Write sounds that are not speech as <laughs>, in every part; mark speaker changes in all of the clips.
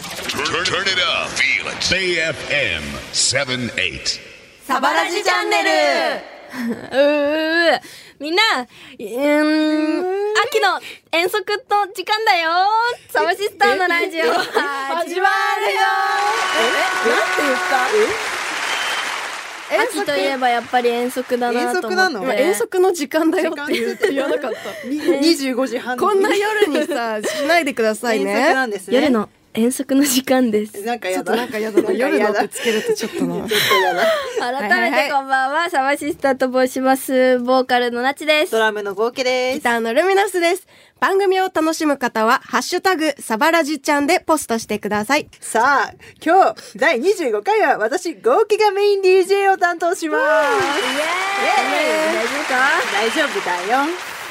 Speaker 1: Turn, turn it up. Feel it. BFM 78.
Speaker 2: サバラジチャンネル
Speaker 3: うーみんな、うーん、秋の遠足の時間だよサバシスターのラジオは始まるよ
Speaker 4: 遠
Speaker 3: 秋
Speaker 4: 足
Speaker 3: といえばやっぱり遠足だなと思って。
Speaker 4: 遠足なの
Speaker 3: まあ
Speaker 4: 遠
Speaker 2: 足の時間だ
Speaker 4: 時間って言わなかった。二十五時半。
Speaker 2: こんな夜にさしないでください
Speaker 4: 遠足
Speaker 2: ね
Speaker 4: なんです
Speaker 3: <laughs>
Speaker 4: ね。
Speaker 3: 夜。の遠足の時間です。
Speaker 4: なんかや
Speaker 2: ちょっと
Speaker 4: だ。
Speaker 2: なんかやだな夜のってつけるとちょっとな
Speaker 4: ちょっとやだ。
Speaker 3: 改
Speaker 2: はいは
Speaker 3: め
Speaker 2: い
Speaker 3: てこんばんは、サバシスターと申します。ボーカルのなちです
Speaker 4: ド。ラムの合計で
Speaker 2: ギ
Speaker 4: す。
Speaker 2: ターのルミナスです番組を楽しむ方はハッシュタグサバラジちゃんでポストしてください
Speaker 4: さあ、今日第二十五回は私合計がメイン DJ を担当します。
Speaker 3: イエーイ
Speaker 4: イエーイ
Speaker 3: 大丈夫か
Speaker 4: 大丈夫だよ。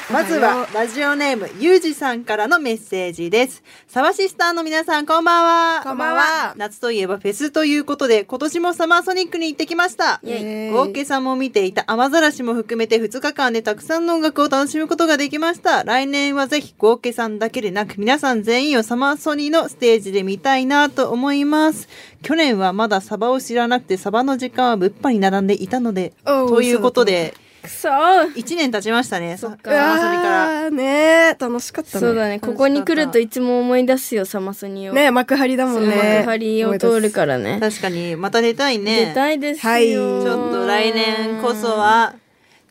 Speaker 4: まずはラジオネームゆうじさんからのメッセージです。サバシスターの皆さんこんばんは。
Speaker 2: こんばんは
Speaker 4: 夏といえばフェスということで今年もサマーソニックに行ってきました。
Speaker 3: イエーイ
Speaker 4: 合計さんも見ていた雨ざらしも含めて2日間でたくさんの音楽を楽しむことができました。来年はぜひ合計さんだけでなく皆さん全員をサマーソニーのステージで見たいなと思います。去年はまだサバを知らなくてサバの時間は物販に並んでいたので、
Speaker 2: おう
Speaker 4: ということで、
Speaker 3: くそー
Speaker 4: 1年経ちましたね。
Speaker 3: そっ
Speaker 4: サマソニから。
Speaker 2: うわーねー楽しかったね
Speaker 3: そうだね、ここに来るといつも思い出すよ、サマソニを。
Speaker 2: ね幕張だも
Speaker 3: そ
Speaker 2: ん
Speaker 3: う、
Speaker 2: ね
Speaker 3: 幕張を通るからね。
Speaker 4: 確かに、また出たいね。
Speaker 3: 出たいですよ、
Speaker 2: はい
Speaker 3: ち
Speaker 4: ちょっと来年こそは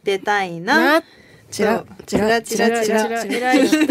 Speaker 4: 出たいな。
Speaker 2: なチラチラチラチラ
Speaker 3: 偉い人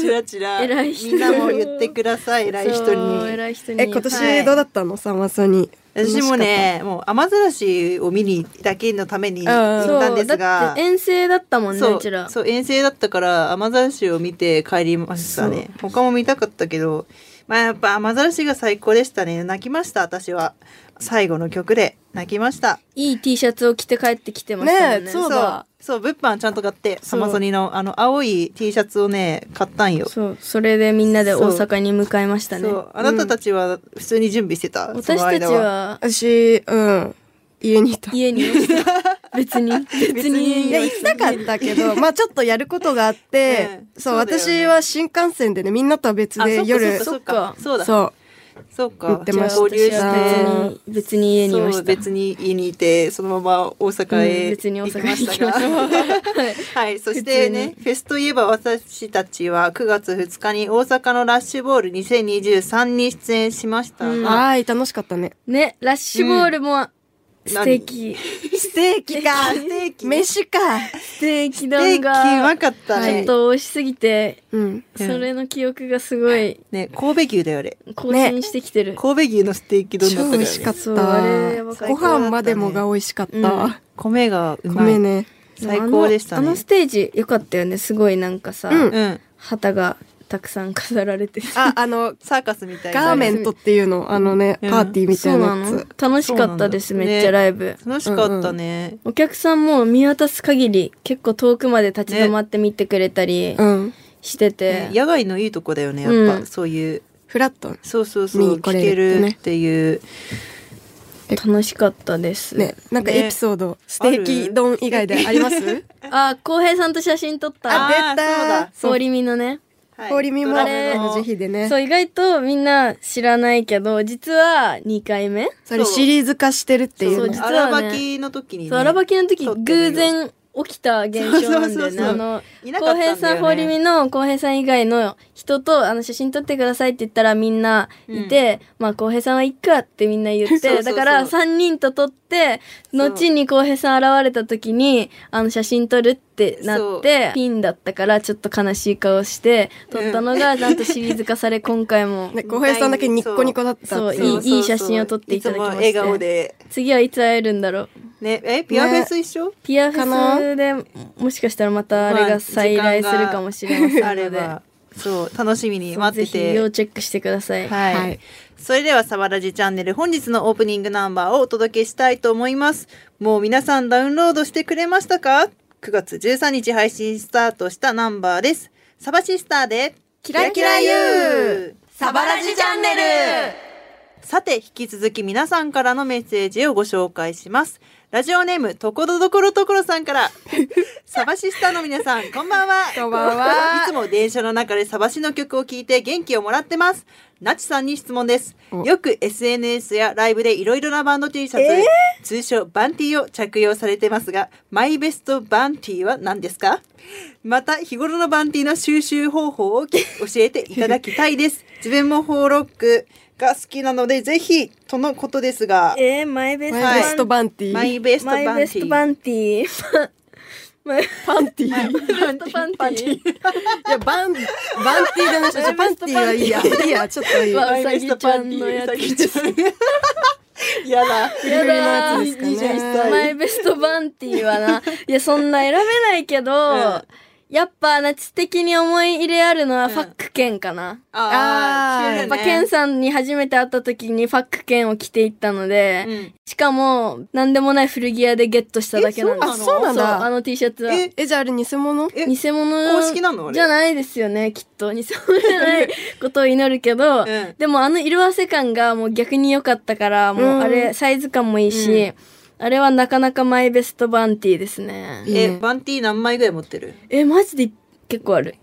Speaker 4: チラチラ。
Speaker 3: 偉い人
Speaker 4: みんなも言ってください、偉い人
Speaker 3: そう
Speaker 4: に。
Speaker 3: 偉い人に
Speaker 2: え今
Speaker 3: はい
Speaker 2: 年どうだったのサマソニ
Speaker 4: 私もね、もう雨ざらしを見にだけのために行
Speaker 3: そ
Speaker 4: っ
Speaker 3: う
Speaker 4: たんですが
Speaker 3: だって、遠征だったもんね
Speaker 4: そう
Speaker 3: うちら
Speaker 4: そう遠征だったから雨ざらしを見て帰りましたね。他も見たかったけど、まあやっぱ雨ざらしが最高でしたね。泣きました私は。最後の曲で泣きました。
Speaker 3: いい T シャツを着て帰ってきてましたもんね
Speaker 2: ねえそうだ
Speaker 4: そう物販ちゃんと買ってサ
Speaker 2: う
Speaker 4: マソニのあの青い T シャツをね買ったんよ。
Speaker 3: そうそれでみんなで大阪に向かいましたね
Speaker 4: そうあなたたちは普通に準備してた、そ
Speaker 3: 私
Speaker 4: の
Speaker 3: たち
Speaker 4: 間
Speaker 3: は
Speaker 2: 私うん家にいた
Speaker 3: 家に
Speaker 4: <laughs>
Speaker 3: 別に別に
Speaker 2: いや行きたかったけどまあちょっとやることがあって、
Speaker 4: うん
Speaker 2: そう
Speaker 4: そうだよね
Speaker 2: 私は新幹線でねみんなとは別
Speaker 4: あ
Speaker 2: で夜
Speaker 4: そ
Speaker 2: そ
Speaker 4: っかそっかそう
Speaker 2: う
Speaker 4: だそうか
Speaker 2: 言ってました
Speaker 4: 合流して
Speaker 3: 私は別に別に家にいま
Speaker 4: そ
Speaker 3: した
Speaker 4: う別に家にいてそのまま大阪
Speaker 3: うん
Speaker 4: へ
Speaker 3: 別に大
Speaker 4: 行き
Speaker 3: 阪に
Speaker 4: ま
Speaker 3: 行
Speaker 4: し
Speaker 3: き
Speaker 4: た
Speaker 3: まし
Speaker 4: が、 <laughs>
Speaker 3: たはい
Speaker 4: はい、そして
Speaker 3: 普
Speaker 4: ね
Speaker 3: 通
Speaker 4: フェスといえば私たちは9月2日に大阪のラッシュボール2023に出演しましたが、
Speaker 3: うん
Speaker 2: はーい楽しかったね
Speaker 3: ねラッシュボールも素敵
Speaker 4: ステーキかステーキス
Speaker 2: 飯か
Speaker 3: ステーキ
Speaker 4: テーキ
Speaker 3: 丼
Speaker 4: う
Speaker 3: が
Speaker 4: まかった
Speaker 3: ちょっ
Speaker 4: ね,、
Speaker 3: と美味しすぎて、
Speaker 2: うん
Speaker 4: うん
Speaker 3: それの記憶がすごい
Speaker 4: ね神戸牛だよあれ
Speaker 3: 更新してきてる。
Speaker 4: 神戸牛のステーキ丼だ
Speaker 2: 超
Speaker 4: ったから、ね、
Speaker 2: 美味しかっ
Speaker 3: そ
Speaker 2: た
Speaker 3: うあれやばかった
Speaker 2: ご飯までもが美味しかった、
Speaker 3: うん
Speaker 4: 米がうまい
Speaker 2: 米ね
Speaker 4: 最高でした
Speaker 3: あの
Speaker 4: ね
Speaker 3: あのステージ良かったよね。すごいなんかさ、
Speaker 2: うん
Speaker 4: うん
Speaker 3: 旗がたくさん飾られてさ。
Speaker 2: ああの
Speaker 4: サーカスみたいな
Speaker 2: ガーメントっていうのあのね
Speaker 4: うん
Speaker 2: パーティーみた
Speaker 3: そ
Speaker 2: いうな
Speaker 3: な
Speaker 2: や
Speaker 3: の
Speaker 2: つ
Speaker 3: 楽しかったです、
Speaker 4: そうなんだ
Speaker 3: めっちゃライブ。
Speaker 4: 楽しかったね、
Speaker 3: お客さんも見渡す限り結構遠くまで立ち止まって見てくれたり
Speaker 2: うん
Speaker 3: してて、
Speaker 4: ね野外のいいとこだよねやっぱ、
Speaker 3: うん
Speaker 4: そういう
Speaker 2: フラット
Speaker 4: そうそうそう
Speaker 2: 見に来
Speaker 4: 聞
Speaker 2: れ
Speaker 4: け
Speaker 2: るって
Speaker 4: る
Speaker 2: ね
Speaker 4: っていう
Speaker 3: 楽しかったです。
Speaker 2: ねなんかエピソード、ステーキ丼以外であります
Speaker 3: あ、浩平さんと写真撮った。
Speaker 4: あ出た
Speaker 2: そう
Speaker 3: 通り見のね。
Speaker 4: はい
Speaker 2: 氷見も
Speaker 4: ドラ
Speaker 2: あ
Speaker 4: ム
Speaker 3: れ
Speaker 4: の
Speaker 2: の慈悲でね
Speaker 3: そう、意外とみんな知らないけど、実は2回目
Speaker 2: それシリーズ化してるってい
Speaker 3: そうう
Speaker 2: の
Speaker 3: 実はね
Speaker 4: 荒履きの時にね
Speaker 3: そう荒ばきの時
Speaker 4: 撮ってるよ
Speaker 3: 偶然起きた現象なんだよね
Speaker 4: そうそうそうそう
Speaker 3: あの
Speaker 4: いなかっ
Speaker 3: 浩
Speaker 4: たんだよね
Speaker 3: 平さんホーリミの浩平さん以外の人とあの写真撮ってくださいって言ったらみんないて、まあ浩平さんはいっかってみんな言って
Speaker 4: <laughs> そうそうそ
Speaker 3: だ
Speaker 4: う
Speaker 3: から3人と撮って
Speaker 4: そう
Speaker 3: 後に浩平さん現れた時にあの写真撮るってな
Speaker 4: そ
Speaker 3: っ
Speaker 4: う
Speaker 3: てピンだったからちょっと悲しい顔して撮ったのがなんとシリーズ化され今回
Speaker 4: <laughs>
Speaker 3: も
Speaker 2: ね浩平さんだけニッコニコだった
Speaker 3: そう
Speaker 2: ってい
Speaker 3: いいい写真を撮っていただきまして
Speaker 4: いつも笑顔で
Speaker 3: 次はいつ会えるんだろう
Speaker 4: ねえピアフェス一緒、
Speaker 3: ピアフ
Speaker 2: かな
Speaker 3: ェスでもしかしたらまたあれが再来するかもしれ
Speaker 4: <laughs>
Speaker 3: ません
Speaker 4: あ
Speaker 3: の
Speaker 4: れ
Speaker 3: で、
Speaker 4: ばそう楽しみに待
Speaker 3: ぜ
Speaker 4: って
Speaker 3: ひ
Speaker 4: て
Speaker 3: 要チェックしてください。
Speaker 4: はい、
Speaker 2: はい
Speaker 4: それでは「サバラジチャンネル」本日のオープニングナンバーをお届けしたいと思いますもう皆さんダウンロードしてくれましたか ?9 月13日配信スタートしたナンバーですサバシスターでキ
Speaker 2: ラキラ U
Speaker 4: サバラジチャンネルさて引き続き皆さんからのメッセージをご紹介しますラジオネームところどころところさん <laughs> から。サバシスターの皆さん、こんばんは。
Speaker 2: こんばんはい
Speaker 4: つも電車の中でサバシの曲を聴いて元気をもらってます。ナチさんに質問です。
Speaker 2: お
Speaker 4: よく SNS やライブでいろいろなバンド T シャツ、通称バンティを着用されてますが、マイベストバンティは何ですかまた、日頃のバンティの収集方法をき教えていただきた
Speaker 3: <laughs>
Speaker 4: いです。自分もホーロックが好きなので、ぜひ、とのことですが、
Speaker 3: えー、マイベスト
Speaker 2: マイベストバンティ
Speaker 4: マイベストバンティ。
Speaker 3: マイベストバンティー。マイベ
Speaker 2: パンティー。
Speaker 3: ストバンティー。 <laughs>
Speaker 2: いや、バン、バンティーじゃないし、ちょパンティーはいいや。いいや、ちょっといい。
Speaker 3: まあ
Speaker 4: マイベストパンティー。
Speaker 3: や
Speaker 4: やだ。
Speaker 3: だー
Speaker 2: 有名なやつですかね
Speaker 3: マイベストバンティーはな。いや、そんな選べないけど、やっぱ、ナチ的に思い入れあるのはファック券かな。
Speaker 4: あー
Speaker 2: あー
Speaker 4: や
Speaker 3: や
Speaker 4: っ
Speaker 3: っ
Speaker 4: ぱ
Speaker 3: ぱ、ケンさんに初めて会った時にファック券を着ていったので、
Speaker 4: うん
Speaker 3: しかも、なんでもない古着屋でゲットしただけなんで
Speaker 4: え
Speaker 3: す。
Speaker 4: そう
Speaker 2: なのあそうなんだ
Speaker 3: そうあの T シャツは。
Speaker 4: え
Speaker 2: え、じゃああれ偽物
Speaker 4: え
Speaker 3: 偽物
Speaker 4: 公式なのあれ
Speaker 3: じゃないですよねきっと偽物じゃないことを祈るけ
Speaker 4: <laughs>
Speaker 3: ど、
Speaker 4: ん
Speaker 3: でもあの色あせ感がもう逆に良かったからもうあれサイズ感もいいし、あれはなかなかマイベストバンティーですね
Speaker 4: え、バンティー何枚ぐらい持ってる
Speaker 3: えマジで結構ある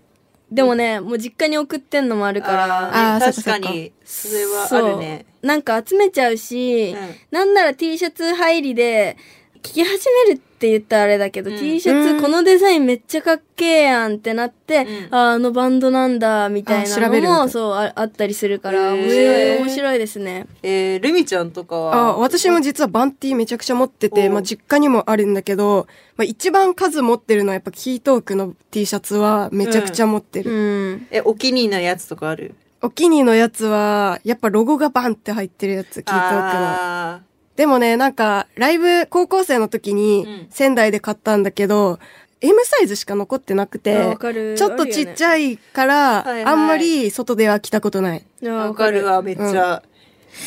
Speaker 3: でもね、もう実家に送ってんのもあるから
Speaker 4: あ
Speaker 2: あー
Speaker 4: ー確
Speaker 2: そっ
Speaker 4: か
Speaker 2: か
Speaker 4: に、それはあるね。
Speaker 3: そうなんか集めちゃうし、
Speaker 4: うん
Speaker 3: なんなら T シャツ入りで聞き始めるって言ったらあれだけど、
Speaker 4: ん
Speaker 3: T シャツ、
Speaker 2: うん
Speaker 3: このデザインめっちゃかっけえやんってなって、
Speaker 4: うん
Speaker 3: ああのバンドなんだみたい
Speaker 2: あ
Speaker 3: な
Speaker 2: 調べるみ
Speaker 3: の
Speaker 2: たい
Speaker 3: もそうああったりするから
Speaker 4: へー
Speaker 3: 面白い面白いですね。
Speaker 4: えー、ルミちゃんとかは
Speaker 2: あ、私も実はバンティーめちゃくちゃ持ってて、
Speaker 4: お
Speaker 2: まあ実家にもあるんだけど、まあ一番数持ってるのはやっぱキートークの T シャツはめちゃくちゃ持って
Speaker 3: う
Speaker 2: る。
Speaker 3: ん。
Speaker 4: え、お気に入りのやつとかある
Speaker 2: お気に入りのやつは、やっぱロゴがバンって入ってるやつ、キートークの。
Speaker 4: あ
Speaker 2: でもね、なんか、ライブ、高校生の時
Speaker 4: うん
Speaker 2: に仙台で買ったんだけど、M サイズしか残ってなく
Speaker 3: あ
Speaker 2: て
Speaker 3: わ、かる
Speaker 2: ちょっとちっちゃいから、
Speaker 4: はいはい
Speaker 2: あんまり外では着たことない。
Speaker 3: いや
Speaker 4: ーわかるわ、めっちゃ。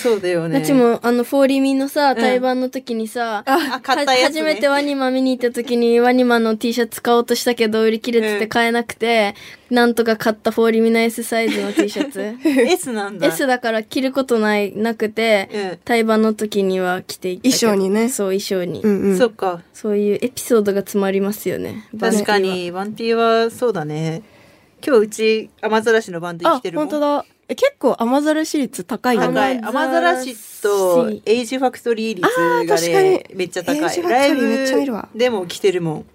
Speaker 4: そうだよね。
Speaker 3: なちもあのフォーリミのさ
Speaker 4: ん
Speaker 3: 対バンの時にさ、
Speaker 4: あ、買ったやつ、
Speaker 3: 初
Speaker 4: ね。
Speaker 3: めてワニマ見に行った時にワニマの T シャツ買おうとしたけど売り切れて
Speaker 4: う
Speaker 3: て
Speaker 4: ん
Speaker 3: 買えなくて、なんとか買ったフォーリミの S サイズの T シャツ
Speaker 4: S <laughs> なんだ。
Speaker 3: S だから着ることないなくて、
Speaker 4: うん
Speaker 3: 対バンの時には着ていったけど
Speaker 2: 衣装にね
Speaker 3: そう衣装に、
Speaker 2: うんうん。
Speaker 4: そっか。
Speaker 3: そういうエピソードが詰まりますよね
Speaker 4: 確か
Speaker 3: バンティーは
Speaker 4: に、バンティーはそうだね。今日うち、雨ざらしのバンティー
Speaker 2: あ
Speaker 4: 来て、るもん。
Speaker 2: 本当だ。え、結構雨ざらし率高いよね。
Speaker 4: 高い。雨ざらしとエイジファクトリー率
Speaker 2: あ
Speaker 4: が
Speaker 2: ー確かに
Speaker 4: ね、めっちゃ
Speaker 2: エ
Speaker 4: 高
Speaker 2: イジ
Speaker 4: い。
Speaker 2: ファクトリー
Speaker 4: ライ
Speaker 2: めっちゃ見る
Speaker 4: ブ
Speaker 2: わ
Speaker 4: でも来てるもん。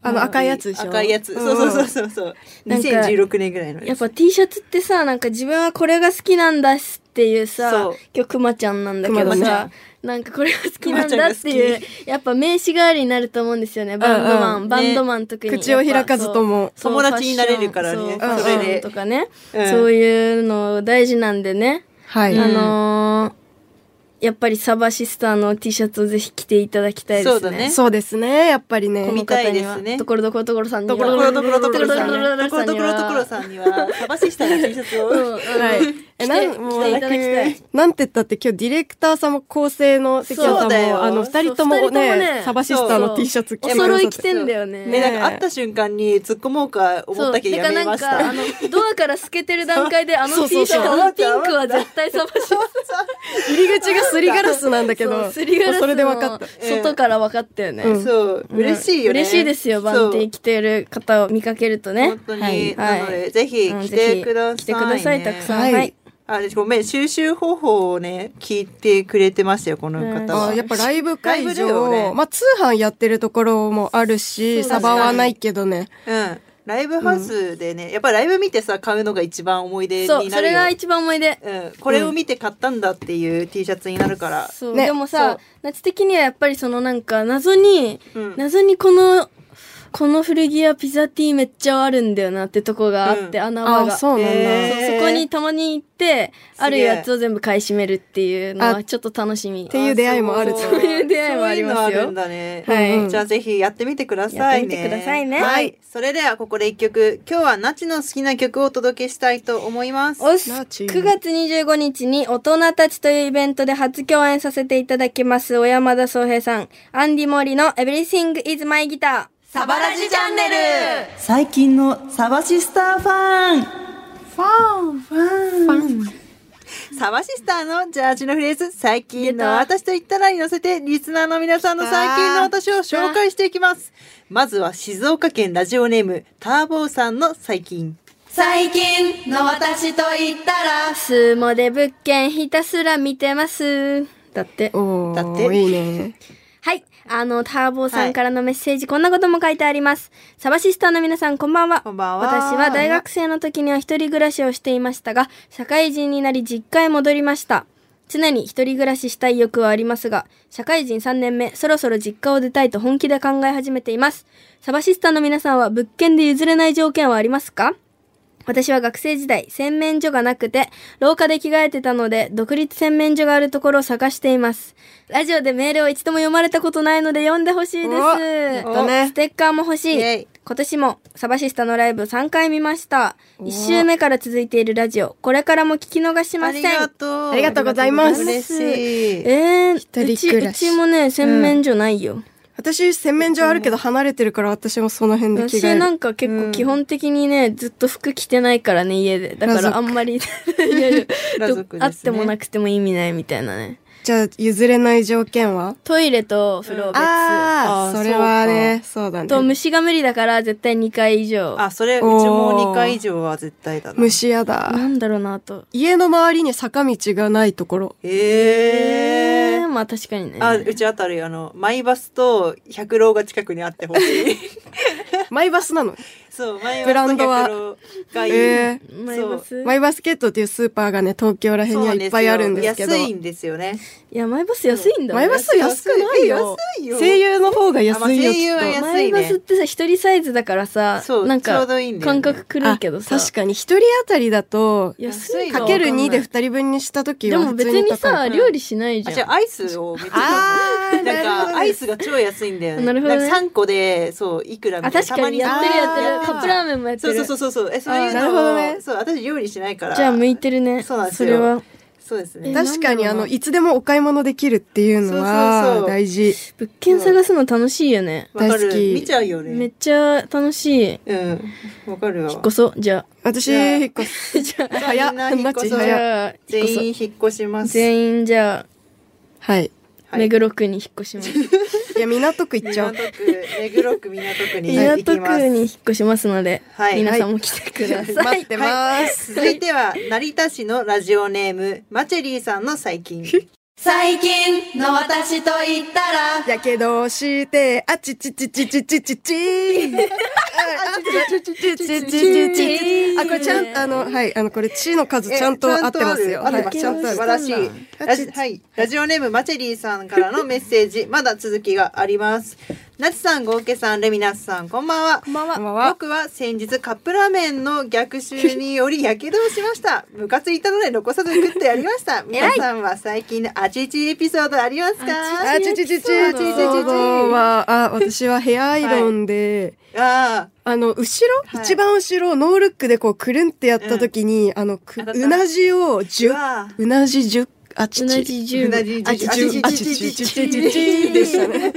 Speaker 2: あの赤いやつでしょ
Speaker 4: 赤いやつ。そうそうそうそう。う
Speaker 3: なんか
Speaker 4: 2016年ぐらいの
Speaker 3: や
Speaker 4: や
Speaker 3: っ
Speaker 4: つ。
Speaker 3: ぱ T シャツってさなんか自分はこれが好きなんだしっていう
Speaker 4: そ
Speaker 3: さ
Speaker 4: う
Speaker 3: 今日クマちゃんなんだけど
Speaker 2: くまちゃ
Speaker 3: さ
Speaker 2: ん
Speaker 3: なんかこれが好きなんだっていう
Speaker 4: くまちゃんが
Speaker 3: やっぱ名刺代わりになると思うんですよねバンドマン、
Speaker 2: うん
Speaker 3: バンドマン特に、
Speaker 2: ね口を開かずとも
Speaker 3: そう
Speaker 4: 友達になれるからね
Speaker 3: そう
Speaker 2: そ
Speaker 3: ファ
Speaker 2: れ
Speaker 3: ッション
Speaker 4: で
Speaker 3: とかね、
Speaker 4: うん
Speaker 3: そういうの大事なんでね、
Speaker 2: はい。
Speaker 4: うん
Speaker 3: あのーやっぱりサバシスターの T シャツをぜひ着ていただきたいですね
Speaker 4: そうだね
Speaker 2: そうですね、やっぱりね
Speaker 3: こ。の
Speaker 4: 見たい
Speaker 3: 方
Speaker 4: で
Speaker 3: に
Speaker 4: す
Speaker 3: は、
Speaker 4: ね
Speaker 3: ところどころところさんには
Speaker 2: とこ
Speaker 4: ところどころところさん。
Speaker 3: ところど
Speaker 4: と
Speaker 3: こ
Speaker 4: ころ
Speaker 3: ろ
Speaker 4: どころところさん <laughs> には、サバシしたら T シャツ
Speaker 3: うんう
Speaker 4: を。
Speaker 2: は
Speaker 3: ん
Speaker 2: い。え、なん、
Speaker 3: 来て
Speaker 2: もうな
Speaker 3: 来ていただきた
Speaker 2: ん
Speaker 3: い
Speaker 2: か、なんて言ったって今日ディレクターさんも構成の関谷さ
Speaker 4: そうんだよ
Speaker 2: も、あの、
Speaker 3: そ
Speaker 2: 二
Speaker 3: う
Speaker 2: 人とも
Speaker 3: 二人とも
Speaker 2: ね
Speaker 3: ね、
Speaker 2: サバシスターの T シャツ着
Speaker 3: お
Speaker 2: てくださ
Speaker 3: 揃
Speaker 2: って
Speaker 3: い着てんだよね。
Speaker 4: ね、
Speaker 2: ね
Speaker 4: なんか会った瞬間に突っ込もうか思ったけど
Speaker 3: だか
Speaker 4: や
Speaker 3: らな
Speaker 4: めま
Speaker 3: ん
Speaker 4: し
Speaker 3: か、
Speaker 4: た。
Speaker 3: あの、ドアから透けてる段階で、
Speaker 4: <laughs>
Speaker 3: あ
Speaker 2: そ
Speaker 3: の
Speaker 2: うそう
Speaker 3: T シャツ、あのピンクは
Speaker 4: 思った
Speaker 3: 絶対サバシスター。
Speaker 2: 入り口がすりガラスなんだけ
Speaker 3: そ
Speaker 2: ど、
Speaker 3: うすりガラスの
Speaker 2: それで分かった。
Speaker 3: 外から分かったよね。
Speaker 2: うん
Speaker 4: そう、嬉しいよね。
Speaker 3: 嬉しいですよ、バンティー着てる方を見かけると
Speaker 4: そう本
Speaker 3: ね。
Speaker 4: 当に、
Speaker 2: はい
Speaker 4: なので、ぜひ
Speaker 3: うん
Speaker 4: 来
Speaker 3: ぜ
Speaker 4: て
Speaker 3: ひ
Speaker 4: ください、ね。
Speaker 3: 来てください、たくさん。
Speaker 2: は
Speaker 3: はいい。
Speaker 4: あれごめん収集方法をね聞いてくれてましたよこの方は、
Speaker 2: あやっぱライブ会
Speaker 4: ライブだ
Speaker 2: 場
Speaker 4: よ
Speaker 2: を、
Speaker 4: ね
Speaker 2: まあ通販やってるところもあるし、
Speaker 3: そう
Speaker 2: サバはないけどね。
Speaker 4: うんライブハウスでね、やっぱライブ見てさ買うのが一番思い出になる
Speaker 3: そ
Speaker 4: よ
Speaker 3: う、それが一番思い出。
Speaker 4: うん、これを見て買ったんだっていう T シャツになるから、
Speaker 3: そう、
Speaker 2: ね
Speaker 3: でも
Speaker 2: そう
Speaker 3: さ、夏的にはやっぱりそのなんか、謎に、
Speaker 4: うん
Speaker 3: 謎にこの、この古着屋ピザティーめっちゃあるんだよなってとこがあって、
Speaker 4: うん
Speaker 3: 穴場
Speaker 2: あ、
Speaker 3: が。
Speaker 2: そうなんだ。
Speaker 4: へー
Speaker 3: そうそこにたまに行って
Speaker 4: すげえ
Speaker 3: あるやつを全部買い占めるっていうのは
Speaker 2: あ
Speaker 3: ちょっと楽しみ
Speaker 2: ていう出会いもある
Speaker 4: そ
Speaker 3: そういう出会いもありますよ
Speaker 4: そういうのあるんだね、
Speaker 3: はい
Speaker 4: うんじゃあぜひやってみてくださいね
Speaker 3: やってみてくださいね
Speaker 4: はいそれではここで一曲今日はナチの好きな曲をお届けしたいと思います
Speaker 3: おし
Speaker 2: ナチ
Speaker 3: 9月25日に大人たちというイベントで初共演させていただきます小山田壮平さんアンディ・モリの「Everything is my guitar」サバラジチャンネル
Speaker 4: 最近のサバシスターファンファンファンサバシスターのジャージのフレーズ、最近の私と言ったらに乗せて、リスナーの皆さんの最近の私を紹介していきます。まずは静岡県ラジオネーム、ターボーさんの最近。
Speaker 5: 最近の私と言ったら
Speaker 3: スモで物件ひたすら見てます。だって。
Speaker 2: お
Speaker 4: だって
Speaker 2: ー、いいね。
Speaker 3: はい。あの、ターボーさ
Speaker 4: は
Speaker 3: ん
Speaker 4: い
Speaker 3: からのメッセージ、こんなことも書いてあります。サバシスターの皆さん、こんばんは。
Speaker 4: こんばんは
Speaker 3: 私は大学生の時には一人暮らしをしていましたが、社会人になり実家へ戻りました。常に一人暮らししたい欲はありますが、社会人3年目、そろそろ実家を出たいと本気で考え始めています。サバシスターの皆さんは物件で譲れない条件はありますか私は学生時代、洗面所がなくて、廊下で着替えてたので、独立洗面所があるところを探しています。ラジオでメールを一度も読まれたことないので読んでほしいで
Speaker 2: おや
Speaker 3: す。
Speaker 2: ったね
Speaker 3: ステッカーも欲し
Speaker 4: イェ
Speaker 3: い
Speaker 4: イ。
Speaker 3: 今年もサバシスタのライブ3回見ました。1週目から続いているラジオ、これからも聞き逃しま
Speaker 4: あ
Speaker 3: せん。
Speaker 4: りがとう。
Speaker 2: ありがとうございます
Speaker 4: 嬉しい。
Speaker 3: え
Speaker 2: 一
Speaker 3: ー、う
Speaker 2: 人
Speaker 3: ち、
Speaker 2: 暮ら
Speaker 3: う
Speaker 2: し
Speaker 3: ちもね、洗面所ないよ。
Speaker 2: 私、洗面所あるけど離れてるから、私もその辺で着
Speaker 3: 私
Speaker 2: 替え
Speaker 3: な
Speaker 2: る。
Speaker 3: んか結構基本的にね、ずっと服着てないからね、家で。だか
Speaker 2: 裸族
Speaker 3: らあんまり、 <laughs> いやいや
Speaker 4: 裸族ですね
Speaker 3: あってもなくても意味ないみたいなね。
Speaker 2: じゃあ、譲れない条件は
Speaker 3: トイレと風呂別。
Speaker 2: あ
Speaker 4: あー
Speaker 2: あ、それはね、そうだ
Speaker 3: と
Speaker 2: ね。
Speaker 3: 虫が無理だから絶対2回以上。
Speaker 4: あ、それ、うちも2回以上は絶対だな。
Speaker 2: 虫やだ。
Speaker 3: なんだろうなと。
Speaker 2: 家の周りに坂道がないところ。
Speaker 4: ええ
Speaker 3: ーまあ確かにね。
Speaker 4: あ、うちあたるあの、マイバスと百郎が近くにあってほしい。
Speaker 2: マイバスなの。
Speaker 4: <laughs> そう、マイ
Speaker 2: ブ
Speaker 4: バ
Speaker 2: ラ
Speaker 4: ス
Speaker 2: ン
Speaker 4: と
Speaker 2: ドは
Speaker 4: 百郎がいい。
Speaker 2: えー
Speaker 3: マイバス
Speaker 2: マイバスケットっていうスーパーがね、東京ら辺にはいっぱいあるんですけど。
Speaker 4: そうなんですよ安いんですよね。
Speaker 3: いや、マイバス安いんだ
Speaker 2: マイバス安くないよ。
Speaker 4: 安いよ
Speaker 2: 声優の方が安いよ。
Speaker 4: あまあ声優は安い
Speaker 2: きっと
Speaker 3: マイバスってさ、一人サイズだからさ
Speaker 4: そ、う
Speaker 3: なん
Speaker 4: ちょ
Speaker 3: か
Speaker 4: うどいいんだよ
Speaker 3: 感
Speaker 4: ね
Speaker 3: 覚狂いけどさ。
Speaker 2: あ確かに一人当たりだと、
Speaker 3: 安い
Speaker 2: かける2で
Speaker 3: 二
Speaker 2: 二人分にした時
Speaker 3: で
Speaker 2: は
Speaker 3: も
Speaker 2: 普通
Speaker 3: 別
Speaker 2: に
Speaker 3: に
Speaker 2: 高い
Speaker 3: さ、料理しないじ
Speaker 4: あ、じ
Speaker 3: ゃ
Speaker 4: ゃ
Speaker 3: ん。
Speaker 4: あアイスをめっちゃ。
Speaker 2: あー
Speaker 4: <laughs> なん
Speaker 2: なるほ
Speaker 4: か、
Speaker 2: ど
Speaker 4: アイスが超安いんだよね。
Speaker 3: なるほどね
Speaker 4: んか3個で、そう、いくら
Speaker 3: あ、
Speaker 4: みたい
Speaker 3: 確
Speaker 4: な。
Speaker 3: かにやってるやって
Speaker 4: あ
Speaker 3: る。
Speaker 4: ー
Speaker 3: カップラーメンもやって
Speaker 4: そう
Speaker 3: る。
Speaker 4: そうそうそう。え、そういう
Speaker 2: あーなるほど
Speaker 4: の
Speaker 2: ね
Speaker 4: を、そう、私料理しないから。
Speaker 3: じゃあ向いてるね。
Speaker 4: そうなんです
Speaker 3: そ
Speaker 4: よ
Speaker 3: れは。
Speaker 4: そうです
Speaker 3: え
Speaker 4: ね。
Speaker 2: 確かに
Speaker 3: な
Speaker 2: あ
Speaker 3: んだろうな
Speaker 2: の、いつでもお買い物できるっていうの
Speaker 4: そうそう
Speaker 2: は
Speaker 4: そう
Speaker 2: 大事。
Speaker 3: 物件探すの楽しいよね。
Speaker 4: わか
Speaker 2: 大
Speaker 4: る
Speaker 2: 好き
Speaker 4: 見ちゃうよ
Speaker 3: め
Speaker 4: ね
Speaker 3: っ。ちゃ楽しい。
Speaker 4: うん。わかるわ。
Speaker 3: こそ、じゃ
Speaker 2: 私、
Speaker 4: じゃあ
Speaker 2: 引っ越す。
Speaker 3: あ。じ <laughs> ゃあ、
Speaker 2: 早っ。
Speaker 4: みんな引っ
Speaker 2: なっ
Speaker 4: 越
Speaker 2: ち
Speaker 4: そう
Speaker 3: じ
Speaker 2: 早っ。
Speaker 3: ゃあ、
Speaker 4: 全員
Speaker 3: 引っ越
Speaker 4: 引っ越しま
Speaker 3: そ
Speaker 4: す。
Speaker 3: 全員じゃ
Speaker 2: はい。
Speaker 3: あ、
Speaker 4: はい
Speaker 3: 目黒区に引っ越し
Speaker 4: <laughs>
Speaker 3: ます。
Speaker 2: いや、港区行っちゃお
Speaker 4: 港
Speaker 2: う。
Speaker 4: 区、目黒区港区に行
Speaker 3: 港
Speaker 4: きます。
Speaker 3: 区に引っ越しますので、
Speaker 4: はい
Speaker 3: 皆さんも来てくださ
Speaker 2: 待
Speaker 3: い
Speaker 2: っ。てます。
Speaker 4: 続いては、成田市のラジオネーム、マチェリーさんの最近。
Speaker 5: 最近の私と言ったら
Speaker 2: やけどして、あちちちちちちちちー。あちちちちちちちあ、これちゃん、あの、はい、あの、これ、ちの数ちゃんと合ってますよ。
Speaker 4: 合っ
Speaker 2: は
Speaker 4: てま
Speaker 2: い
Speaker 4: す。
Speaker 2: ちゃんと合っ
Speaker 4: 素
Speaker 2: て
Speaker 4: 晴
Speaker 2: ま
Speaker 4: ら
Speaker 2: す
Speaker 4: しい。ラジはい。ラジオネーム、マチェリーさんからのメッセージ、まだ続きがあります。ナチさん、ゴーケさん、レミナスさん、こんばんは。こんばん
Speaker 2: こんばんは
Speaker 4: 僕は先日カップラーメンの逆襲により火傷をしました。ムカついたので残さず食ってやりま
Speaker 2: <laughs>
Speaker 4: した。皆さんは最近のアチチエピソードありますか
Speaker 2: あちちちちちちちは、あ、私はヘアアイロンで、
Speaker 4: あ
Speaker 2: あの、後ろ、
Speaker 4: はい
Speaker 2: 一番後ろ、ノールックでこう、くるんってやった時に、あの、く
Speaker 4: 当たった
Speaker 2: うなじを
Speaker 4: ー
Speaker 2: 十
Speaker 4: うわ
Speaker 2: うなじ十あち
Speaker 3: うな
Speaker 2: ち。
Speaker 3: じ10
Speaker 4: うなじ
Speaker 3: あ
Speaker 4: 10
Speaker 3: ち
Speaker 2: あちち
Speaker 3: ちち
Speaker 4: あ
Speaker 2: あ
Speaker 3: ち
Speaker 2: ち
Speaker 3: ち
Speaker 2: ち
Speaker 3: ち
Speaker 2: ちちち
Speaker 3: ちちち
Speaker 2: ち
Speaker 3: ち
Speaker 2: ち
Speaker 3: で
Speaker 2: で
Speaker 3: し
Speaker 2: したた
Speaker 3: ね
Speaker 2: ね。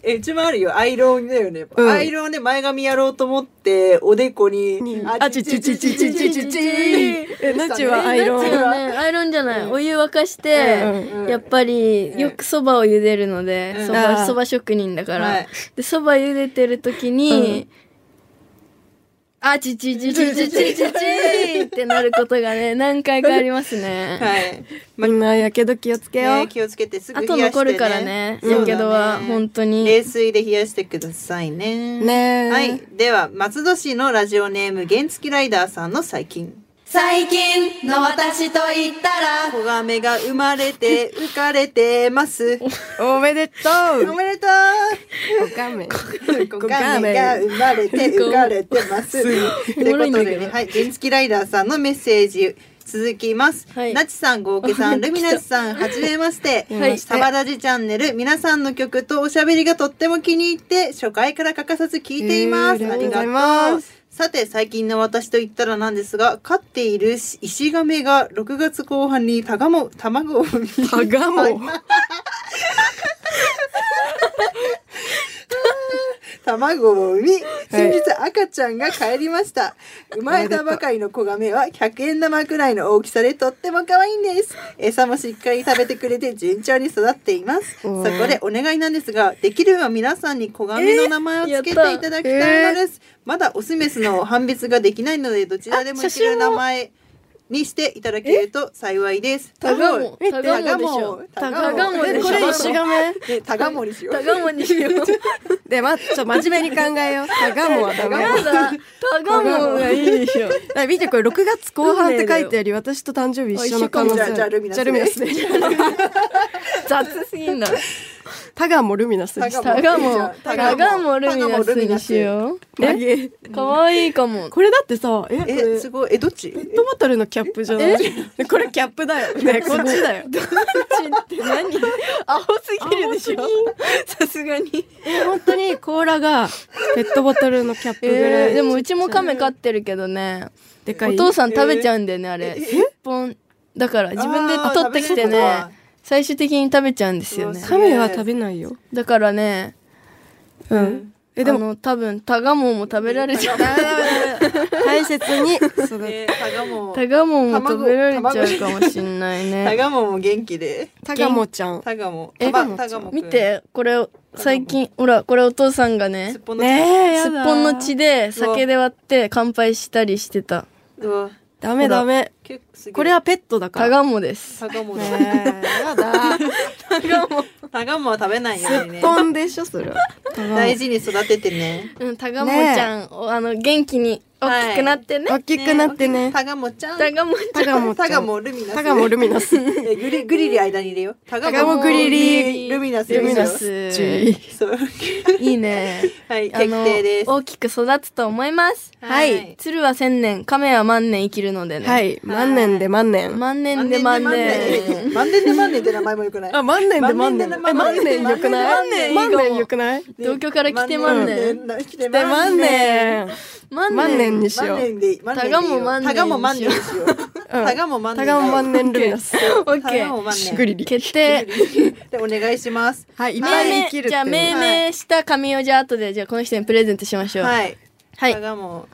Speaker 3: <laughs>
Speaker 4: ええうちもあるよアイロンだよね、
Speaker 2: うん
Speaker 4: アイロンで前髪やろうと思っておでこに
Speaker 2: に
Speaker 4: あ
Speaker 2: あちちちちちちちちえ、なちはアイロ
Speaker 3: そ
Speaker 2: ン
Speaker 3: う。だね、アイロンじゃない。お湯沸かして、
Speaker 2: うん
Speaker 4: うん
Speaker 3: やっぱりよくそばを茹でるので、
Speaker 4: うん
Speaker 3: そば、
Speaker 2: あー
Speaker 3: そば職人だから。
Speaker 4: はい
Speaker 3: で、そば茹でてる時に、あちちちちちちちちってなることがね、何回かありますね。
Speaker 4: はい、
Speaker 2: みんな、やけど気をつけよ
Speaker 4: ね
Speaker 2: う。
Speaker 4: 気をつけてすぐ
Speaker 3: あ
Speaker 4: 冷やして、
Speaker 3: と
Speaker 4: ね、
Speaker 3: 残るからね、やけどは本当
Speaker 4: 当
Speaker 3: に。
Speaker 4: 冷水で冷やしてくださいね
Speaker 2: ねえ
Speaker 4: はいでは松戸市のラジオネーム原付ライダーさんの最近
Speaker 5: 最近の私と言ったら
Speaker 4: 子ガメが生まれて浮かれてます
Speaker 3: <laughs>
Speaker 2: おめでと
Speaker 4: お
Speaker 2: う
Speaker 4: めでと
Speaker 2: おかめ。
Speaker 4: <laughs> う子ガメが生まれて浮かれてますということでね、はい、原付ライダーさんのメッセージ続きます。
Speaker 3: はい
Speaker 4: なちさん、ごうけさん、ルミナスさん、はじめまして。
Speaker 2: はい
Speaker 4: サバラジチャンネル、皆さんの曲とおしゃべりがとっても気に入って、初回から欠かさず聞いています。
Speaker 2: えー
Speaker 4: あ
Speaker 2: あ
Speaker 4: り
Speaker 2: りがとう
Speaker 4: がとう
Speaker 2: ございま
Speaker 4: さて、最近の私と言ったらなんですが、飼っているイシガメが6月後半にタガモ卵を産み、
Speaker 2: たがも。
Speaker 4: 卵を産み、先日赤ちゃんが帰りました生まれたばかりの子ガメは100円玉くらいの大きさでとっても可愛いんです餌もしっかり食べてくれて順調に育っていますそ
Speaker 2: お
Speaker 4: こ
Speaker 2: ー
Speaker 4: でお願いなんですができれば皆さんに子ガメの名前をつけていただきたいのです、まだオスメスの判別ができないのでどちらでもいける名前にしていただけると幸いです
Speaker 3: タガモ
Speaker 4: え
Speaker 3: タガモでしょ
Speaker 4: タ
Speaker 3: タガモでしょ
Speaker 4: これ
Speaker 3: 星がめ
Speaker 4: ねタガモにしよう
Speaker 3: タガモにしよう
Speaker 2: で、ま、ちょ、真面目に考えよう。タガモはダメ。だ
Speaker 3: やだタガモがいいでしょ
Speaker 2: から見て、これ6月後半って書いてあり、私と誕生日一緒の可能性ある。
Speaker 4: あ一緒かもじゃあルミナスね
Speaker 2: じゃあルミナスね。
Speaker 3: 雑すぎんだ
Speaker 2: タガモルミナスにした。
Speaker 3: タガモ
Speaker 4: タ
Speaker 3: タガ
Speaker 4: ガモ
Speaker 3: モルミナスにしよ
Speaker 2: ええ
Speaker 3: うかわいいかも
Speaker 2: これだってさ、え、これ
Speaker 4: えすごいえどっち
Speaker 2: ペットボトルのキャップじゃないねこれキャップだよ。ね、こっち <laughs> だよ。
Speaker 3: って何青すぎるでしょさすがに
Speaker 2: え本当に甲羅がペットボトルのキャップぐらい。
Speaker 3: でもうちもカメ飼ってるけどね
Speaker 2: でか
Speaker 3: お
Speaker 2: い。
Speaker 3: 父さん食べちゃうんだよねあれ一本だから自分で取ってきて
Speaker 4: あー食べれる
Speaker 3: ね
Speaker 4: んだ
Speaker 3: 最終的に食べちゃうんですよね
Speaker 4: うわす
Speaker 2: カメは食べないよ。
Speaker 3: だからね
Speaker 2: うん。え、
Speaker 3: え
Speaker 2: で
Speaker 3: で
Speaker 2: も、
Speaker 3: も多分タガモンも食べられ
Speaker 2: <laughs>
Speaker 3: ちゃう
Speaker 2: 大切に育て。
Speaker 4: えタガモ
Speaker 3: タガモンも食べられちゃうかもしんない
Speaker 4: タ
Speaker 3: ね
Speaker 4: ガモも元気で
Speaker 2: タガモちゃん。
Speaker 4: タガモ
Speaker 3: え
Speaker 4: タガモタガモくん
Speaker 3: 見てこれを最近ほらこれお父さんがね
Speaker 4: す
Speaker 3: す
Speaker 4: っ
Speaker 3: っ
Speaker 4: ぽんの
Speaker 2: ねえ、や
Speaker 3: ぽ
Speaker 2: だ
Speaker 3: んの血で酒で割って乾杯したりしてた
Speaker 4: うわ
Speaker 2: ダメダメ。
Speaker 4: 結構すげえ
Speaker 2: これはペットだか
Speaker 3: タ
Speaker 2: ら。
Speaker 3: ガモです
Speaker 4: タガモだ
Speaker 2: ねえ、やだ。
Speaker 3: タガモ
Speaker 4: タガモは食べないようにね
Speaker 2: 飛んでしょ、それは。
Speaker 4: 大事に育ててね
Speaker 3: うんタガモちゃんをあの元気に大きくなってね
Speaker 2: 大きくなってね。
Speaker 4: タガモちゃん
Speaker 3: タガモちゃん
Speaker 2: タガモちゃん
Speaker 4: タガモルミナス
Speaker 2: タガモルミナス。
Speaker 4: えグリグリリ間に入れようタ
Speaker 2: タガモグリ
Speaker 3: リ
Speaker 4: ルミナス
Speaker 3: ルミナ
Speaker 4: ルミ
Speaker 3: ス
Speaker 2: 注意。
Speaker 4: ナスそう
Speaker 3: いいね。
Speaker 4: はい
Speaker 3: あ
Speaker 4: 決
Speaker 3: の
Speaker 4: 定です
Speaker 3: 大きく育つと思います。
Speaker 4: はい
Speaker 3: 鶴は千年、亀は万年生きるのでね。
Speaker 2: は。い、万年で万年。
Speaker 3: 万年で万年。
Speaker 4: 万年で万年って名前もよくない
Speaker 2: あ、万年で万年。え
Speaker 4: 万年で
Speaker 2: 万
Speaker 4: 万年
Speaker 2: 年よくない
Speaker 3: 万年いいか
Speaker 2: 万
Speaker 3: も
Speaker 2: 年よくないで
Speaker 3: 同居から来て万年。
Speaker 4: な来て
Speaker 2: 万年。
Speaker 3: 万
Speaker 2: 万年にしよ
Speaker 4: 万
Speaker 2: う。
Speaker 4: 年でいい万年でいいよ
Speaker 3: タガモ万年にしよう
Speaker 4: タガモ
Speaker 2: うん
Speaker 4: 万年にしようタガモ万年
Speaker 2: タガモ万年ルミナス。
Speaker 4: オ
Speaker 3: ッケー
Speaker 4: タガモ万
Speaker 2: グ
Speaker 4: 年
Speaker 2: リリ。
Speaker 3: 決定。
Speaker 4: <laughs> でお願いします
Speaker 2: はい、いっぱい
Speaker 3: 命
Speaker 2: 生きる
Speaker 3: 名、
Speaker 2: っ
Speaker 3: じゃあ
Speaker 2: てね。
Speaker 3: 命名した紙をじゃあ後で、じゃあこの人にプレゼントしましょう。い。
Speaker 4: はい
Speaker 3: はい
Speaker 4: タ。ガモ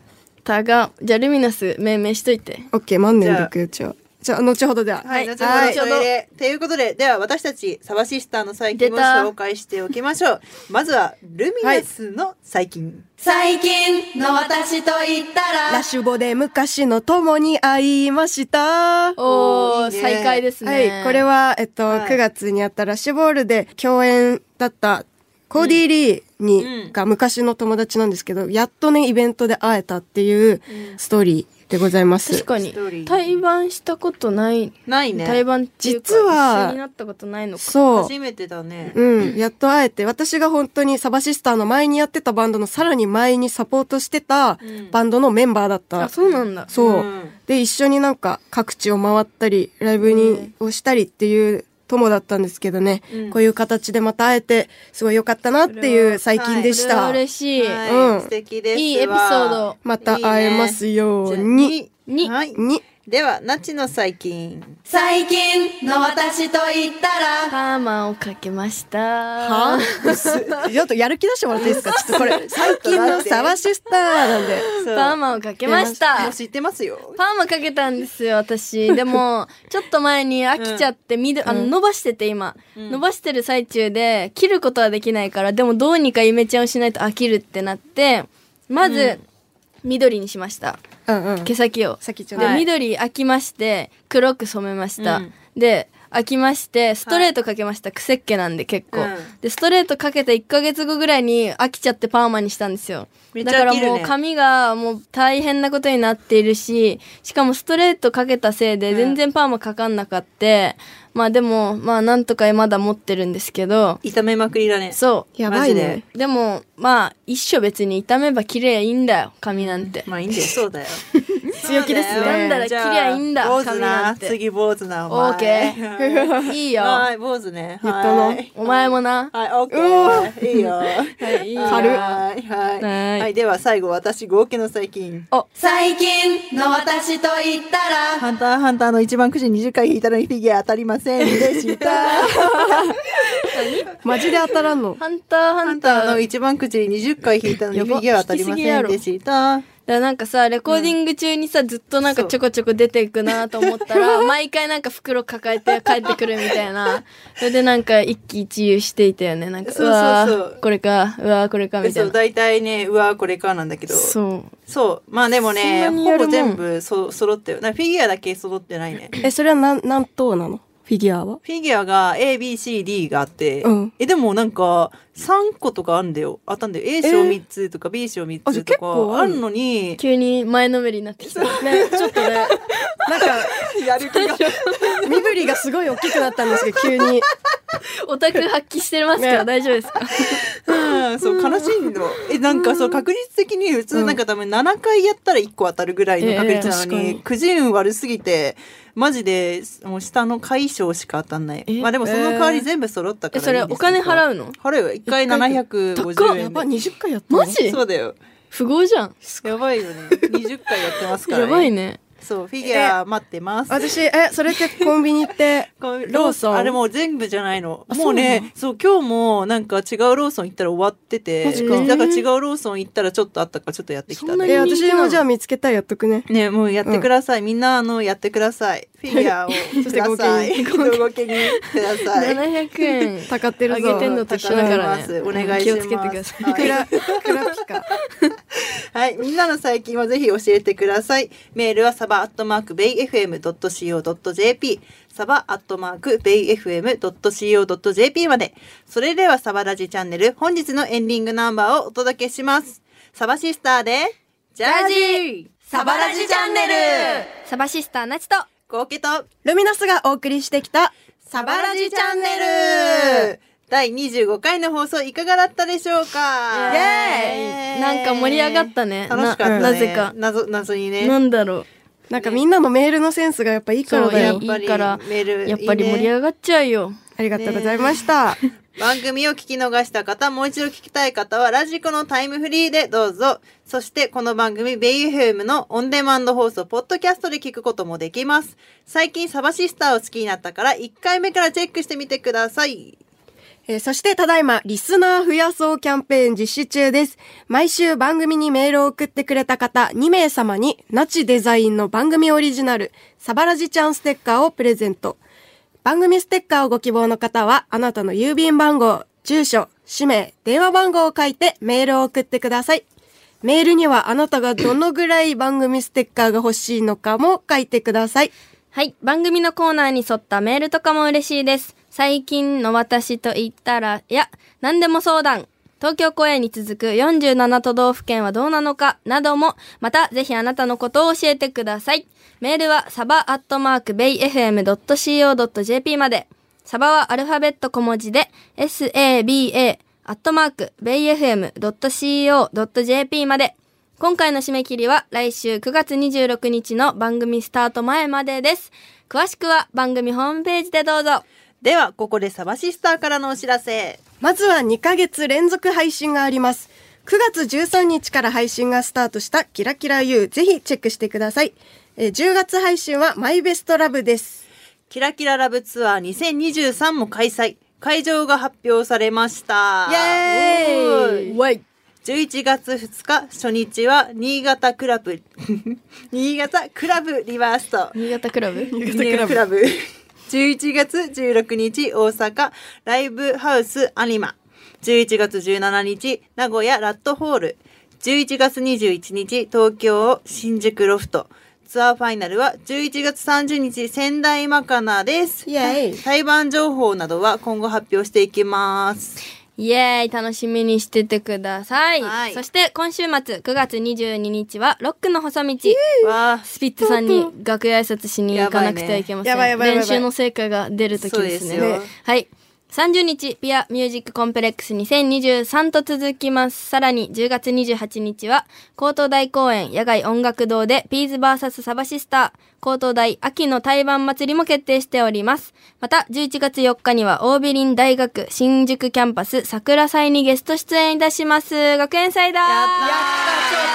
Speaker 3: タガ、じゃあルミナス命名しといて。
Speaker 2: オッケー、万年で行くよ、じゃあ。じゃあ、後ほどでは。
Speaker 4: はい、
Speaker 3: は
Speaker 4: はいい、
Speaker 3: 後
Speaker 4: 後
Speaker 3: ほど
Speaker 4: ほどそれで。ということで、では私たち、サバシスターの細菌
Speaker 3: 出
Speaker 4: を
Speaker 3: た
Speaker 4: 紹介しておきましょう。まずは、ルミナスの細菌。
Speaker 5: 最近の私と言った
Speaker 2: ラ
Speaker 5: ら
Speaker 2: ッシュボで昔の友に会いました。
Speaker 3: お
Speaker 4: おーい
Speaker 3: ー、
Speaker 4: いね
Speaker 3: 再開ですね。
Speaker 2: はい、これ。は、えっと、
Speaker 4: はい
Speaker 2: 9月にあったラッシュボールで共演だったコーディー・リーに、
Speaker 4: うん
Speaker 2: が昔の友達なんですけど、やっとね、イベントで会えたっていうストーリーでございます。
Speaker 3: 確か
Speaker 4: ス
Speaker 3: に
Speaker 4: トーリー。
Speaker 3: 対バンしたことない。
Speaker 4: ないね。
Speaker 3: 対バンっていうか
Speaker 2: 実は
Speaker 3: 一緒になったことないのか。
Speaker 2: そう。
Speaker 4: 初めてだね。
Speaker 2: うん、やっと会えて、私が本当にサバシスターの前にやってたバンドのさらに前にサポートしてた
Speaker 4: ん
Speaker 2: バンドのメンバーだった。
Speaker 3: あ、そうなんだ。
Speaker 2: そう、
Speaker 4: うん
Speaker 2: で、一緒になんか各地を回ったり、ライブに、をしたりっていう友だったんですけどね、
Speaker 4: うん
Speaker 2: こういう形でまた会えて、すごい良かったなっていう最近でし
Speaker 3: それは
Speaker 2: た。
Speaker 3: 嬉しい。
Speaker 4: はい、
Speaker 2: うん
Speaker 4: 素敵ですわ。
Speaker 3: いいエピソード
Speaker 2: また会えますよう
Speaker 4: いい
Speaker 2: に。
Speaker 4: ね。
Speaker 3: に
Speaker 4: はい。
Speaker 2: に。
Speaker 4: では、ナチの細菌。
Speaker 5: 最近の私と言ったら
Speaker 3: パーマをかけました。
Speaker 2: はぁちょっとやる気出してもらっていいですかちょっとこれ、最近のサバシスターなんで。
Speaker 4: そ
Speaker 3: パ
Speaker 4: う
Speaker 3: ーマをかけました。
Speaker 4: もう知ってますよ。
Speaker 3: パーマかけたんですよ、私。でも、ちょっと前に飽きちゃって、みあの、伸ばしてて今、伸ばしてる最中で、切ることはできないから、でもどうにかゆめちゃんをしないと飽きるってなって、まず、緑にしました。
Speaker 2: うんうん。
Speaker 3: 毛先を。
Speaker 2: 先ちゃん
Speaker 3: で、
Speaker 2: ね。
Speaker 3: 緑飽きまして、黒く染めました。
Speaker 4: うん
Speaker 3: で、飽きまして、ストレートかけました。くせっ毛なんで結構、
Speaker 4: うん
Speaker 3: で、ストレートかけた1ヶ月後ぐらいに飽きちゃってパーマにしたんですよ。
Speaker 4: めっち
Speaker 3: だか
Speaker 4: ゃ
Speaker 3: ら
Speaker 4: 飽きるね
Speaker 3: もう髪がもう大変なことになっているし、しかもストレートかけたせいで全然パーマかかんなかって、まあでも、まあなんとかまだ持ってるんですけど、
Speaker 4: 炒めまくりだね。
Speaker 3: そう。
Speaker 2: やばい
Speaker 4: マジ
Speaker 2: ね。
Speaker 3: でも、まあ一緒別に痛めば切れゃいいんだよ、髪なんて。
Speaker 4: まあいいんだよ。そうだよ。
Speaker 2: <laughs> 強気ですね。
Speaker 3: なんだら切りゃいいんだ
Speaker 4: じゃあ坊主
Speaker 3: 髪な
Speaker 4: なん
Speaker 3: て
Speaker 4: 次坊主な
Speaker 3: オーケ
Speaker 4: <laughs> ー
Speaker 3: ー。 <laughs> いいよ。
Speaker 4: はい坊主ね
Speaker 2: 言ったな
Speaker 4: はい
Speaker 3: お前もな。
Speaker 4: はいオーケーいいよ
Speaker 3: はい、いいよ
Speaker 2: 軽っ
Speaker 4: はいはい
Speaker 3: はい
Speaker 4: はいでは最後私合計の最近
Speaker 5: 最近の私と言ったら
Speaker 4: ハンターハンターの一番くじ20回引いたのにフィギュア当たりませんでした。
Speaker 2: マジで当たらんの。
Speaker 3: ハンター <laughs> ハ
Speaker 4: あ
Speaker 3: ン
Speaker 4: ん
Speaker 3: タ
Speaker 4: た
Speaker 3: ー
Speaker 4: の一番くじ20回引いたのに
Speaker 3: やば
Speaker 4: フィギュア当たり <laughs> ませんでした。
Speaker 3: だなんかさレコーディング中にさ、ずっとなんかちょこちょこ出ていくなと思ったら毎回なんか袋抱えて帰ってくるみたいなそれでなんか一喜一憂していたよねなんか
Speaker 4: そうそう
Speaker 3: わ
Speaker 4: そう
Speaker 3: ーこれかうわーこれかみた
Speaker 4: そ、
Speaker 3: いうな
Speaker 4: 大体ね、うわ、これかなんだけど。そう。
Speaker 3: そう
Speaker 4: まあでもね、
Speaker 3: そんなに
Speaker 4: ほ
Speaker 3: やる
Speaker 4: ぼ
Speaker 3: もん
Speaker 4: 全部そ揃ったよ。なんかフィギュアだけ揃ってない
Speaker 2: <coughs>
Speaker 4: ね。
Speaker 2: え、それはなん、何等なのフィギュアは。
Speaker 4: フィギュアが A、B、C、D があって、
Speaker 2: うん
Speaker 4: え、でもなんか3個とかあんだよ。あったんだよ。A 賞3つとか B 賞3
Speaker 2: あじゃ
Speaker 4: つ
Speaker 2: あ結
Speaker 4: と
Speaker 2: 構
Speaker 4: か
Speaker 2: あ
Speaker 4: あ
Speaker 2: る
Speaker 4: る
Speaker 2: <laughs>
Speaker 4: のに、
Speaker 3: 急に前のめりになってきたねちょっとね
Speaker 2: なんか、
Speaker 4: やる気が。
Speaker 2: <laughs> 身振りがすごい大きくなったんですけど、急に。
Speaker 3: オタク発揮してますか、
Speaker 2: ね
Speaker 3: 大丈夫ですか
Speaker 4: うんそう悲しいの。えなんかそう確率的に普通なんか多分7回やったら1個当たるぐらいの確率なの
Speaker 3: ええ
Speaker 4: に、
Speaker 3: 確かに
Speaker 4: くじ運悪すぎてマジでもう下の解消しか当たんない。
Speaker 3: え
Speaker 4: まあでもその代わり全部揃ったから
Speaker 3: えそれお金払うの
Speaker 4: 払うよ。1回
Speaker 3: 高っ
Speaker 4: 750
Speaker 2: や
Speaker 4: 円
Speaker 2: ば、
Speaker 4: で。
Speaker 2: 20回やったの。
Speaker 3: マジ
Speaker 4: そうだよ。
Speaker 3: 不合じゃん
Speaker 4: やばいよね。20回やってますから、
Speaker 3: やばい。ね
Speaker 4: そうフィギュア待ってます。
Speaker 2: 私、え、それって <laughs> コンビニって、
Speaker 4: こう
Speaker 2: ローソン
Speaker 4: あれもう全部じゃないの。
Speaker 2: あ
Speaker 4: もうね、そう、今日もなんか違うローソン行ったら終わってて、
Speaker 2: マジか
Speaker 4: だから違うローソン行ったらちょっとあったからちょっとやってきた
Speaker 3: そんなに
Speaker 4: ね。
Speaker 2: え、私もじゃあ見つけたらやっとくね。
Speaker 4: ね、もうやってください。みんな、あの、やってください。フィギュアを
Speaker 2: そ
Speaker 4: く
Speaker 2: して
Speaker 4: だ
Speaker 2: ご
Speaker 4: さ
Speaker 2: 機
Speaker 4: い。
Speaker 2: 嫌
Speaker 4: 動けにくださ
Speaker 3: <laughs>
Speaker 4: い。
Speaker 3: 700円
Speaker 2: たかって
Speaker 3: あ
Speaker 2: る
Speaker 3: げ
Speaker 2: ぞ。
Speaker 3: てんのと一緒だからね
Speaker 4: 高めますお願いし
Speaker 3: 気
Speaker 4: ます
Speaker 3: をつけてください
Speaker 4: はい
Speaker 2: クラ、クラピカ。
Speaker 4: はい。みんなの最近はぜひ教えてください。メールはサバアットマークベイ FM.co.jp サバアットマークベイ FM.co.jp まで。それではサバラジチャンネル本日のエンディングナンバーをお届けします。サバシスターで、ジャージー
Speaker 5: サバラジチャンネル
Speaker 3: サバシスターなちと
Speaker 4: コウケと
Speaker 2: ルミナスがお送りしてきた、
Speaker 4: サバラジチャンネル第25回の放送いかがだったでしょうか
Speaker 3: イエーイなんか盛り上がったね
Speaker 4: 楽しかったね。
Speaker 3: ななぜか
Speaker 4: 謎、謎にね。
Speaker 3: なんだろう
Speaker 2: なんかみんなのメールのセンスがやっぱいいから
Speaker 3: そう
Speaker 2: だ
Speaker 3: や
Speaker 2: よ
Speaker 3: っ。ぱりいいから
Speaker 4: メール
Speaker 3: やっぱり盛り上がっちゃうよ
Speaker 2: ありがとうございました。
Speaker 4: 番組を聞き逃した方、もう一度聞きたい方は、ラジコのタイムフリーでどうぞ。そして、この番組、ベイ FM のオンデマンド放送、ポッドキャストで聞くこともできます。最近、サバシスターを好きになったから、1回目からチェックしてみてください。
Speaker 2: えーそしてただいま、リスナー増やそうキャンペーン実施中です。毎週番組にメールを送ってくれた方2名様に、ナチデザインの番組オリジナル、サバラジちゃんステッカーをプレゼント。番組ステッカーをご希望の方は、あなたの郵便番号、住所、氏名、電話番号を書いてメールを送ってください。メールにはあなたがどのぐらい番組ステッカーが欲しいのかも書いてください。
Speaker 3: はい番組のコーナーに沿ったメールとかも嬉しいです最近の私と言ったらいや何でも相談東京公演に続く47都道府県はどうなのかなどもまたぜひあなたのことを教えてくださいメールはサバアットマークベイ FM.co.jp までサバはアルファベット小文字で saba アットマークベイ FM.co.jp まで今回の締め切りは来週9月26日の番組スタート前までです。詳しくは番組ホームページでどうぞ。
Speaker 4: では、ここでサバシスターからのお知らせ。
Speaker 2: まずは2ヶ月連続配信があります。9月13日から配信がスタートしたキラキラ U、ぜひチェックしてください。えー10月配信はマイベストラブです。
Speaker 4: キラキララブツアー2023も開催。会場が発表されました。
Speaker 2: イエーイ
Speaker 3: わい。
Speaker 4: 11月2日初日は新潟クラブ <laughs> 新潟クラブリバースト
Speaker 3: 新潟クラブ
Speaker 4: 新潟クラブ11月16日大阪ライブハウスアニマ11月17日名古屋ラットホール11月21日東京新宿ロフトツアーファイナルは11月30日仙台マカナです
Speaker 2: イエーイ
Speaker 4: 裁判情報などは今後発表していきます
Speaker 3: イエーイ楽しみにしててください。
Speaker 4: はい
Speaker 3: そして今週末9月22日はロックの細道。
Speaker 4: わあ
Speaker 3: スピッツさんに楽屋挨拶しに行かなくてはいけません。
Speaker 2: やばいねやばいやばいやばい
Speaker 3: 練習の成果が出るときですね。
Speaker 4: そうですよ
Speaker 3: はい。30日、ピアミュージックコンプレックス2023と続きます。さらに10月28日は、高等大公演野外音楽堂で、ピーズ VS サバシスター、高等大秋の台湾祭りも決定しております。また、11月4日には、オービリン大学新宿キャンパス桜祭にゲスト出演いたします。学園祭だや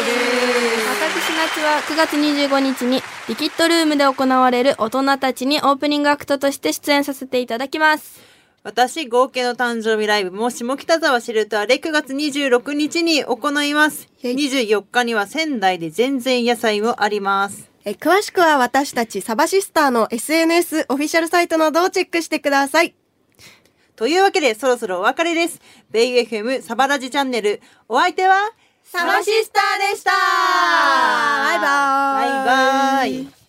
Speaker 3: 私夏は9月25日にリキッドルームで行われる大人たちにオープニングアクトとして出演させていただきます。
Speaker 4: 私、合計の誕生日ライブも下北沢シルターで9月26日に行います。
Speaker 2: へい
Speaker 4: 24日には仙台で全然野菜もあります。
Speaker 2: え詳しくは私たちサバシスターの SNS オフィシャルサイトなどをチェックしてください。
Speaker 4: というわけで、そろそろお別れです。ベイ FM サバラジチャンネル、お相手は、
Speaker 5: サバシスターでした
Speaker 2: バイバーイ
Speaker 4: バイバイ